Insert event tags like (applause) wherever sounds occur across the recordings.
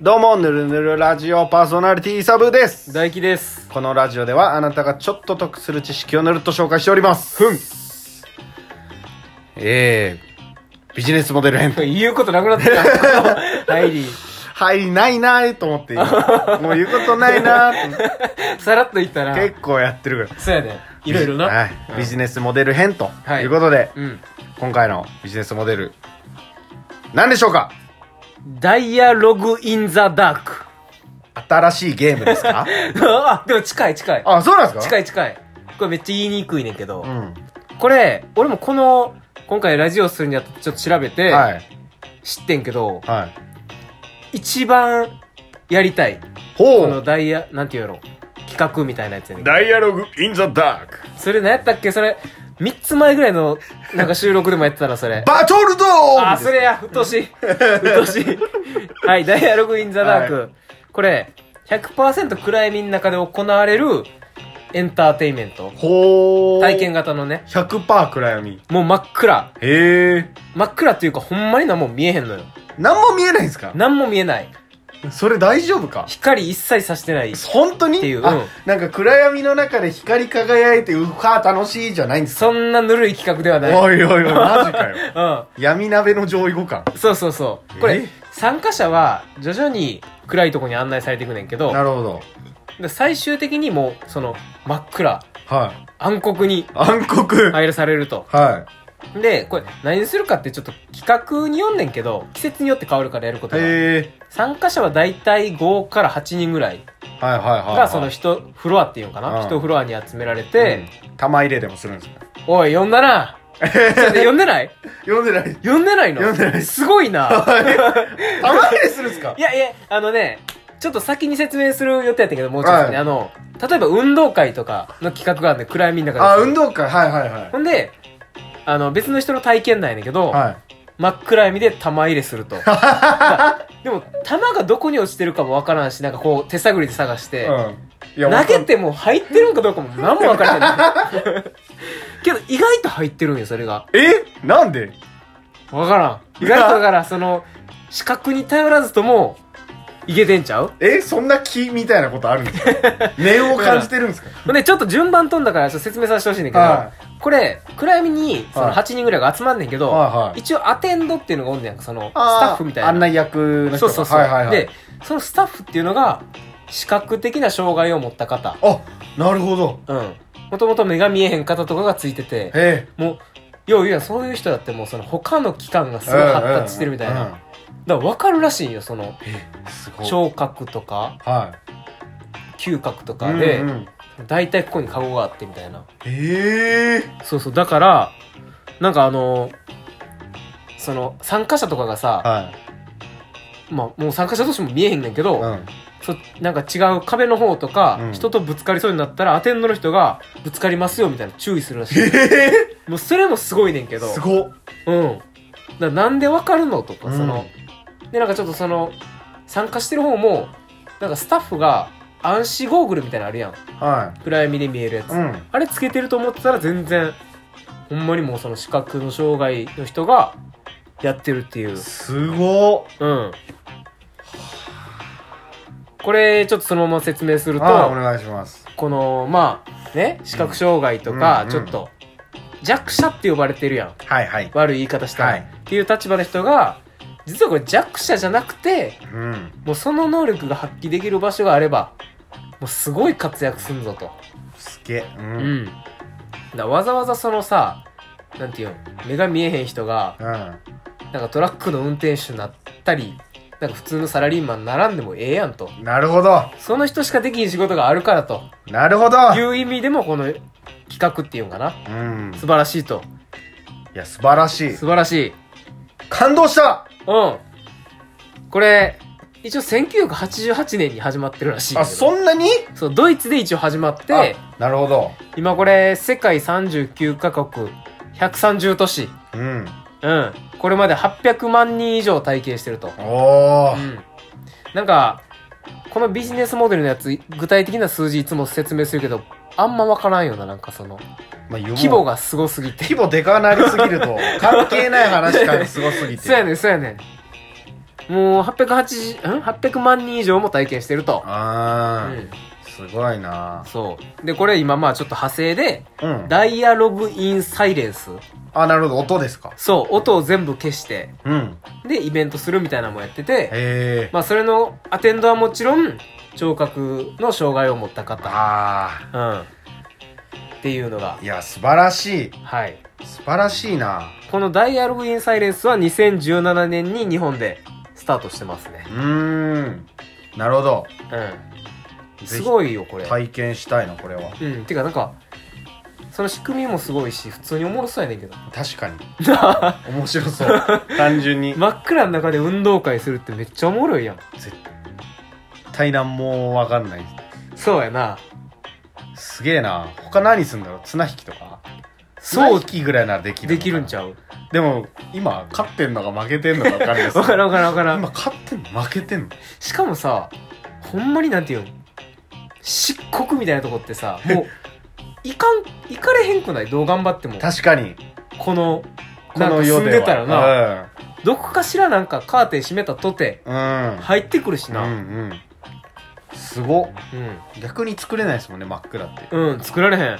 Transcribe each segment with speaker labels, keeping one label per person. Speaker 1: どうも、ぬるぬるラジオパーソナリティサブです。
Speaker 2: 大輝です。
Speaker 1: このラジオではあなたがちょっと得する知識をぬるっと紹介しております。ふん。えー、ビジネスモデル編。
Speaker 2: 言うことなくなって
Speaker 1: (laughs)
Speaker 2: た。入り。
Speaker 1: はい、ないなーと思って、 (laughs) もう言うことないなーって
Speaker 2: さらっと言ったら。
Speaker 1: 結構やってるから。
Speaker 2: そうやね。いろいろな。
Speaker 1: はい
Speaker 2: うん。
Speaker 1: ビジネスモデル編と
Speaker 2: はい
Speaker 1: いうことで、
Speaker 2: うん。
Speaker 1: 今回のビジネスモデル、何でしょうか
Speaker 2: ダイアログインザダーク。 (laughs)
Speaker 1: 新しいゲームです (laughs) か
Speaker 2: あ、でも近い近い。
Speaker 1: あ、そうなんですか
Speaker 2: 近
Speaker 1: い。
Speaker 2: い近い。これめっちゃ言いにくいねんけど。
Speaker 1: うん。
Speaker 2: これ、俺もこの、今回ラジオするにあたってちょっと調べて、
Speaker 1: はい。
Speaker 2: 知ってんけど、
Speaker 1: はい。
Speaker 2: 一番やりたい。
Speaker 1: ほ
Speaker 2: この
Speaker 1: う。
Speaker 2: ダイヤ、なんていうやろ。企画みたいなやつやねんけど
Speaker 1: ダイアログインザダーク。
Speaker 2: それ何やったっけそれ、三つ前ぐらいの、なんか収録でもやってたな、それ。
Speaker 1: バトルドーム
Speaker 2: あ、それや、うっとうしい。うっとうし
Speaker 1: (laughs)
Speaker 2: い。はい、ダイアログインザダーク。
Speaker 1: は
Speaker 2: これ、100%暗闇の中で行われるエンターテインメント。
Speaker 1: ほー。
Speaker 2: 体験。型のね。
Speaker 1: 100%暗闇。
Speaker 2: もう真っ暗。
Speaker 1: へえ。
Speaker 2: 真っ暗っていうか、ほんまに何も見えへんのよ。
Speaker 1: 何も見えないんですか
Speaker 2: 何も見えない。
Speaker 1: それ大丈夫か
Speaker 2: 光一切さしてない。
Speaker 1: 本当に
Speaker 2: っていう
Speaker 1: あ
Speaker 2: うん
Speaker 1: なんか暗闇の中で光り輝いて、うはー楽しいじゃないんですか
Speaker 2: そんなぬるい企画ではない。
Speaker 1: おいおいおい、マジかよ。 (laughs)
Speaker 2: うん。
Speaker 1: 闇鍋の上位互換。
Speaker 2: そうそうそう。こ
Speaker 1: え
Speaker 2: れ、参加者は徐々に暗いとこに案内されていくねんけど、
Speaker 1: なるほど。
Speaker 2: で最終的にもうその真っ暗
Speaker 1: はい。
Speaker 2: 暗黒に
Speaker 1: 暗黒。はい。
Speaker 2: 入らされるとでこれ何にするかってちょっと企画によんねんけど季節によって変わるからやること
Speaker 1: へ
Speaker 2: が
Speaker 1: え。
Speaker 2: 参加者は大体5から8人ぐらい
Speaker 1: はいはいはいはい。
Speaker 2: がその1フロアっていうんかな
Speaker 1: うん
Speaker 2: 1フロアに集められて、
Speaker 1: うん、玉入れでもするんですか
Speaker 2: おい呼ん
Speaker 1: (laughs)
Speaker 2: だなそれ呼んでない
Speaker 1: 読んでない。
Speaker 2: 呼んでないの
Speaker 1: 呼んでない
Speaker 2: すご
Speaker 1: (laughs)
Speaker 2: いな
Speaker 1: 玉入れするんですか
Speaker 2: いやいやあのねちょっと先に説明する予定やったけどもうちょっとね、
Speaker 1: はい
Speaker 2: あの例えば運動会とかの企画があるんで暗闇の中で
Speaker 1: あ、運動会。はいはいはい。
Speaker 2: ほんで、あの、別の人の体験なんやねんけど、
Speaker 1: はい。
Speaker 2: 真っ暗闇で玉入れする
Speaker 1: (laughs)
Speaker 2: と。でも、玉がどこに落ちてるかもわからんし、なんかこう、手探りで探して、
Speaker 1: うん。いや
Speaker 2: 投げ
Speaker 1: わ
Speaker 2: ても入ってるんかどうかも何もわからへんねん。けど、意外と入ってるんよ、それが。
Speaker 1: かんえなんで
Speaker 2: わからん。意外とだから、その、視覚に頼らずとも、いけてんちゃう
Speaker 1: えそんな気みたいなことあるんですか
Speaker 2: (laughs)
Speaker 1: 念を感じてるんですか
Speaker 2: ほんで、ちょっと順番飛んだから、ちょっと説明させてほしいねんだけど、
Speaker 1: は
Speaker 2: これ、暗闇に、そ
Speaker 1: は
Speaker 2: の
Speaker 1: い
Speaker 2: 8人ぐらいが集まんねんけど、
Speaker 1: はいはい
Speaker 2: 一応アテンドっていうのがおんねんか、その、スタ
Speaker 1: あ
Speaker 2: ッフみたいな。
Speaker 1: 案内役の人
Speaker 2: そう
Speaker 1: が
Speaker 2: そうそう、
Speaker 1: はいはいはい
Speaker 2: でそのスタッフっていうのが視覚的な障害を持った方
Speaker 1: あなるほど
Speaker 2: うんもともと目が見えへん方とかがついてて
Speaker 1: へえ
Speaker 2: もうよう言うやんそういう人だってもうその他の器官がすごい発達してるみたいな、
Speaker 1: うんうん
Speaker 2: だから分かるらしいんよその
Speaker 1: うんすごい
Speaker 2: 聴覚とか
Speaker 1: は
Speaker 2: 嗅覚とか
Speaker 1: い
Speaker 2: で、
Speaker 1: うんうん
Speaker 2: 大体ここにカゴがあってみたいな
Speaker 1: へえ
Speaker 2: そうそうだからなんかあのその参加者とかがさ、
Speaker 1: は
Speaker 2: まあもう参加者同士も見えへんねんけど、
Speaker 1: いうん
Speaker 2: そなんか違う壁の方とか、
Speaker 1: うん
Speaker 2: 人とぶつかりそうになったらアテンドの人がぶつかりますよみたいな注意するらしい
Speaker 1: え
Speaker 2: もうそれもすごいねんけ
Speaker 1: え
Speaker 2: ど
Speaker 1: すごっ
Speaker 2: うんだなんでわかるのとか、
Speaker 1: うん
Speaker 2: そのでなんかちょっとその参加してる方もなんかスタッフが暗視ゴーグルみたいなのあるやん
Speaker 1: は
Speaker 2: 暗闇で見えるやつ、
Speaker 1: いうん
Speaker 2: あれつけてると思ってたら全然ほんまにもうその視覚の障害の人がやってるっていう
Speaker 1: すごっ
Speaker 2: うんこれちょっとそのまま説明すると
Speaker 1: はいお願いします
Speaker 2: このまあね視覚障害とか、
Speaker 1: うん
Speaker 2: ちょっと弱者って呼ばれてるやん
Speaker 1: はいはい
Speaker 2: 悪い言い方したら、
Speaker 1: はい
Speaker 2: っていう立場の人が実はこれ弱者じゃなくて
Speaker 1: うん
Speaker 2: もうその能力が発揮できる場所があればもうすごい活躍すんぞと、
Speaker 1: すげえう
Speaker 2: うんん、だからわざわざそのさなんていうの目が見えへん人が
Speaker 1: うん
Speaker 2: なんかトラックの運転手になったりなんか普通のサラリーマンにならんでもええやんと
Speaker 1: なるほど
Speaker 2: その人しかできひん仕事があるからと
Speaker 1: なるほど
Speaker 2: いう意味でもこの企画っていうんかな
Speaker 1: うん
Speaker 2: 素晴らしいと
Speaker 1: いや素晴らしい
Speaker 2: 素晴らしい
Speaker 1: 感動した
Speaker 2: うんこれ一応1988年に始まってるらしい
Speaker 1: あ
Speaker 2: う
Speaker 1: そんなに
Speaker 2: そうドイツで一応始まって
Speaker 1: あなるほど
Speaker 2: 今これ世界39カ国130都市
Speaker 1: うん
Speaker 2: うんこれまで800万人以上体験してると
Speaker 1: おー
Speaker 2: うんなんかこのビジネスモデルのやつ具体的な数字いつも説明するけどあんま分からんよななんかその
Speaker 1: まあ
Speaker 2: 規模がすごすぎて (laughs)
Speaker 1: 規模でかなりすぎると関係ない話がすごすぎて
Speaker 2: そうやねんそうやねんもう880ん800万人以上も体験してると、う
Speaker 1: あ
Speaker 2: ん、
Speaker 1: ー、すごいな
Speaker 2: そうでこれ今まあちょっと派生で
Speaker 1: うん。
Speaker 2: ダイアログインサイレンス
Speaker 1: あ、なるほど、音ですか。
Speaker 2: そう音を全部消して
Speaker 1: うん。
Speaker 2: でイベントするみたいなのもやってて
Speaker 1: へえ。
Speaker 2: まあそれのアテンドはもちろん聴覚の障害を持った方
Speaker 1: あ
Speaker 2: うんっていうのが
Speaker 1: ー、いや、素晴らしい。
Speaker 2: はい
Speaker 1: 素晴らしいな
Speaker 2: このダイアログインサイレンスは2017年に日本でスタートしてますね
Speaker 1: うーん。なるほど。
Speaker 2: うん
Speaker 1: ひ
Speaker 2: すごいよこれ、
Speaker 1: 体験したいな、これは。
Speaker 2: うんてかなんかその仕組みもすごいし普通におもろそうやねんけど
Speaker 1: 確
Speaker 2: (laughs)
Speaker 1: かに。面白そう。単純に。
Speaker 2: 真っ暗の中で運動会するってめっちゃおもろいやん
Speaker 1: 絶対なんもわかんない。
Speaker 2: そうやな
Speaker 1: すげえな他何すんだろう綱引きとか。
Speaker 2: そ
Speaker 1: 綱引
Speaker 2: う
Speaker 1: きぐらいならできる。
Speaker 2: できるんち
Speaker 1: ゃう
Speaker 2: ゃう
Speaker 1: でも、今、勝ってんのか負けてんのか分かんないです。
Speaker 2: わからんわからんわからん
Speaker 1: 今、勝ってんの負けてんの
Speaker 2: しかもさほんまになんていうん漆黒みたいなとこってさもういかんいかれへんくないどう頑張っても
Speaker 1: 確かに。
Speaker 2: この
Speaker 1: こ
Speaker 2: なん
Speaker 1: の
Speaker 2: か
Speaker 1: 世
Speaker 2: 住ん
Speaker 1: では。
Speaker 2: でたらな、どこかしらなんかカーテン閉めたとて
Speaker 1: うん。
Speaker 2: 入ってくるし
Speaker 1: うん。う
Speaker 2: な、
Speaker 1: んうん。すごっ。
Speaker 2: うん
Speaker 1: 逆に作れないですもんね、真っ暗って。
Speaker 2: うん、作られへん。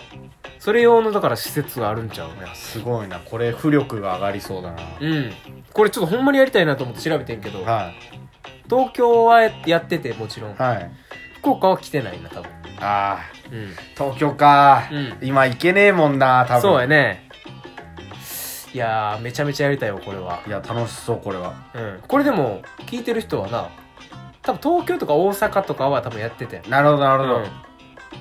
Speaker 2: それ用の、だから施設があるんちゃう
Speaker 1: いや、すごいな。これ、浮力が上がりそうだな。
Speaker 2: うん。これちょっとほんまにやりたいなと思って調べてんけど、
Speaker 1: は
Speaker 2: 東京はやっててもちろん
Speaker 1: い。、はい。
Speaker 2: 福岡は来てないな、多分。
Speaker 1: ああ、
Speaker 2: うん。
Speaker 1: 東京か。
Speaker 2: うん
Speaker 1: 今、行けねえもんな、多分。
Speaker 2: そうやね。いやー、めちゃめちゃやりたいよ、これは。
Speaker 1: いや、楽しそう、これは。
Speaker 2: うん。これでも、聞いてる人はな、多分東京とか大阪とかは多分やってて。
Speaker 1: なるほど、なるほど。
Speaker 2: う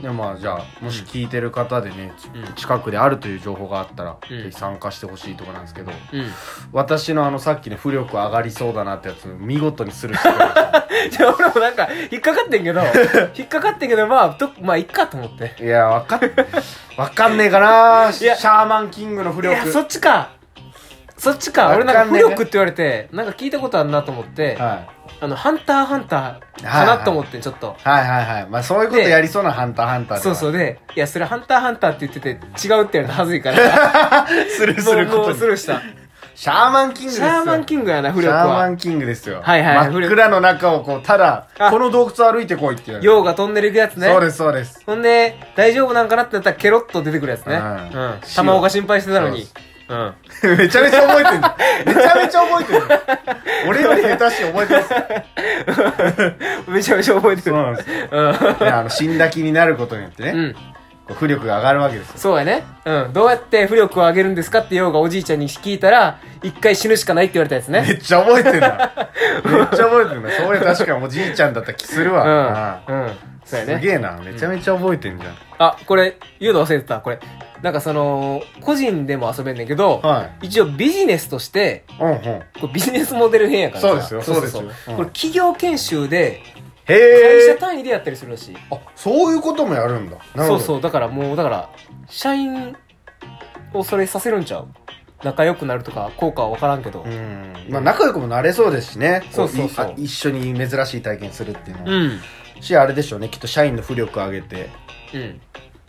Speaker 1: でもまあじゃあもし聞いてる方でね、ち
Speaker 2: うん
Speaker 1: 近くであるという情報があったら、
Speaker 2: うん
Speaker 1: ぜひ参加してほしいとこなんですけど
Speaker 2: ん。うん。
Speaker 1: 私のあのさっきの浮力上がりそうだなってやつ見事にす
Speaker 2: (laughs)
Speaker 1: る人が
Speaker 2: (laughs) じゃあ俺もなんか、引っかかっ
Speaker 1: (laughs)
Speaker 2: てんけど、引っかかってんけど、まあ、とまあ、いっかと思って。
Speaker 1: いるいやわかっわかんねえかなシャ
Speaker 2: や
Speaker 1: ーマンキングの浮
Speaker 2: いや
Speaker 1: 力
Speaker 2: そっちかそっちか
Speaker 1: わか
Speaker 2: 俺
Speaker 1: んね
Speaker 2: な
Speaker 1: え
Speaker 2: んか浮力って言われてなんか聞いたことあるなと思って、
Speaker 1: は
Speaker 2: あのハンターハンターかなと思ってちょっと、
Speaker 1: い、はいはいはいまあそういうことやりそうなハンターハンターで
Speaker 2: そう
Speaker 1: は
Speaker 2: そうでいやそれハンターハンターって言ってて違うって言われたらはずいから
Speaker 1: (laughs) するする
Speaker 2: もう
Speaker 1: こ
Speaker 2: も
Speaker 1: と
Speaker 2: う
Speaker 1: に
Speaker 2: スルーした
Speaker 1: シャーマンキングです
Speaker 2: シ
Speaker 1: よ
Speaker 2: ャーマンキングやな浮
Speaker 1: シ
Speaker 2: 力
Speaker 1: ャーマ
Speaker 2: は
Speaker 1: ンキングですよ
Speaker 2: はいはい
Speaker 1: 真っ暗の中をこうただ
Speaker 2: あ
Speaker 1: この洞窟歩いてこいって言われる
Speaker 2: 用が飛んでるやつね
Speaker 1: そうですそうです
Speaker 2: ほんで大丈夫なんかなってなったらケロッと出てくるやつね、
Speaker 1: う
Speaker 2: うんん卵が心配してたのに
Speaker 1: そう
Speaker 2: うん
Speaker 1: (laughs) めちゃめちゃ覚えてる。めちゃめちゃ覚えてる。俺より下手し覚えてます。
Speaker 2: (laughs) めちゃめちゃ覚えてる
Speaker 1: なんですよ。
Speaker 2: うん、
Speaker 1: ねあの死んだ気になることによって
Speaker 2: う
Speaker 1: ね、
Speaker 2: ん
Speaker 1: こう浮力が上がるわけですよ。
Speaker 2: そうやね。うん。どうやって浮力を上げるんですかってようがおじいちゃんに聞いたら、一回死ぬしかないって言われたやつ
Speaker 1: め
Speaker 2: ね。
Speaker 1: っちゃ覚えてるな。めっちゃ覚えてるな。それ確かにおじいちゃんだったら気する
Speaker 2: う
Speaker 1: わ。ああ
Speaker 2: ん。うん。そうや
Speaker 1: す
Speaker 2: ね。
Speaker 1: げえな。めちゃめちゃ覚えてんじゃん。
Speaker 2: あ、これ、言うの忘れてた。これ。なんかその、個人でも遊べんねんけど、
Speaker 1: はい。
Speaker 2: 一応ビジネスとして、
Speaker 1: うんうん。
Speaker 2: これビジネスモデル編やからさ
Speaker 1: そうですよそうですようん
Speaker 2: これ企業研修で、会
Speaker 1: へ
Speaker 2: 社
Speaker 1: え。
Speaker 2: 単位でやったりするらしい。
Speaker 1: あ、そういうこともやるんだ。なる
Speaker 2: そ
Speaker 1: ほ
Speaker 2: う
Speaker 1: ど。
Speaker 2: そう。だからもう、だから、社員をそれさせるんちゃう仲良くなるとか、効果はわからんけど。
Speaker 1: うん。まあ仲良くもなれそうですしね。
Speaker 2: そうそうそう
Speaker 1: こいあ一緒に珍しい体験するっていうの
Speaker 2: う
Speaker 1: は。
Speaker 2: ん。
Speaker 1: し、あれでしょうね。きっと社員の浮力上げて
Speaker 2: うん。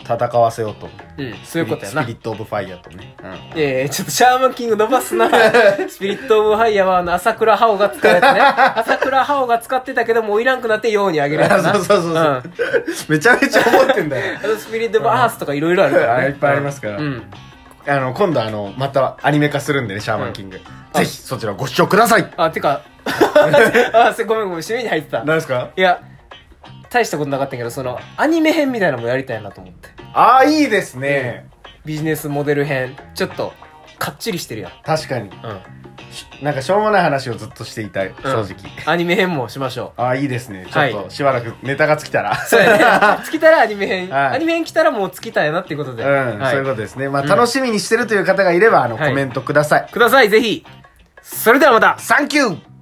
Speaker 1: 戦わせようと。
Speaker 2: うん。そういうことや
Speaker 1: ス
Speaker 2: な
Speaker 1: ピリ。ット・オブ・ファイヤーとね、
Speaker 2: いやいやちょっとシャーマンキング伸ばす
Speaker 1: (laughs)
Speaker 2: な。スピリット・オブ・ハイヤーは、あの、朝倉ハオが使うやつね。朝倉ハオが使ってたけど、もういらんくなってようにあげるやつな。
Speaker 1: (laughs) そうそうそうそう、
Speaker 2: ん
Speaker 1: めちゃめちゃ覚えてんだよ
Speaker 2: あとスピリット・オブ・アースとかいろいろあるから、
Speaker 1: あ
Speaker 2: ね。
Speaker 1: いっぱいありますから
Speaker 2: うん。
Speaker 1: あの今度あのまたアニメ化するんでねシャーマンキング、ぜひそちらご視聴ください
Speaker 2: あ、てか、 (laughs) あ、ごめんごめん、締めに入ってた。
Speaker 1: 何ですか
Speaker 2: いや、大したことなかったけど、その、アニメ編みたいなのもやりたいなと思って。
Speaker 1: ああいいですね、
Speaker 2: ビジネスモデル編。ちょっと、かっちりしてるやん。
Speaker 1: 確かに
Speaker 2: うん。
Speaker 1: しなんかしょうもない話をずっとしていたい正直、
Speaker 2: アニメ編もしましょう。
Speaker 1: ああいいですねちょっ
Speaker 2: は
Speaker 1: としばらくネタが尽きたら、
Speaker 2: そうやね。
Speaker 1: (laughs)
Speaker 2: 尽きたらアニメ編。
Speaker 1: はい
Speaker 2: アニメ編来たらもう尽きたやなっていうことで。
Speaker 1: うん、
Speaker 2: はい
Speaker 1: そういうことですねまあ、
Speaker 2: うん
Speaker 1: 楽しみにしてるという方がいればあの、
Speaker 2: はい
Speaker 1: コメントください
Speaker 2: ください、ぜひ。それではまた
Speaker 1: サンキュー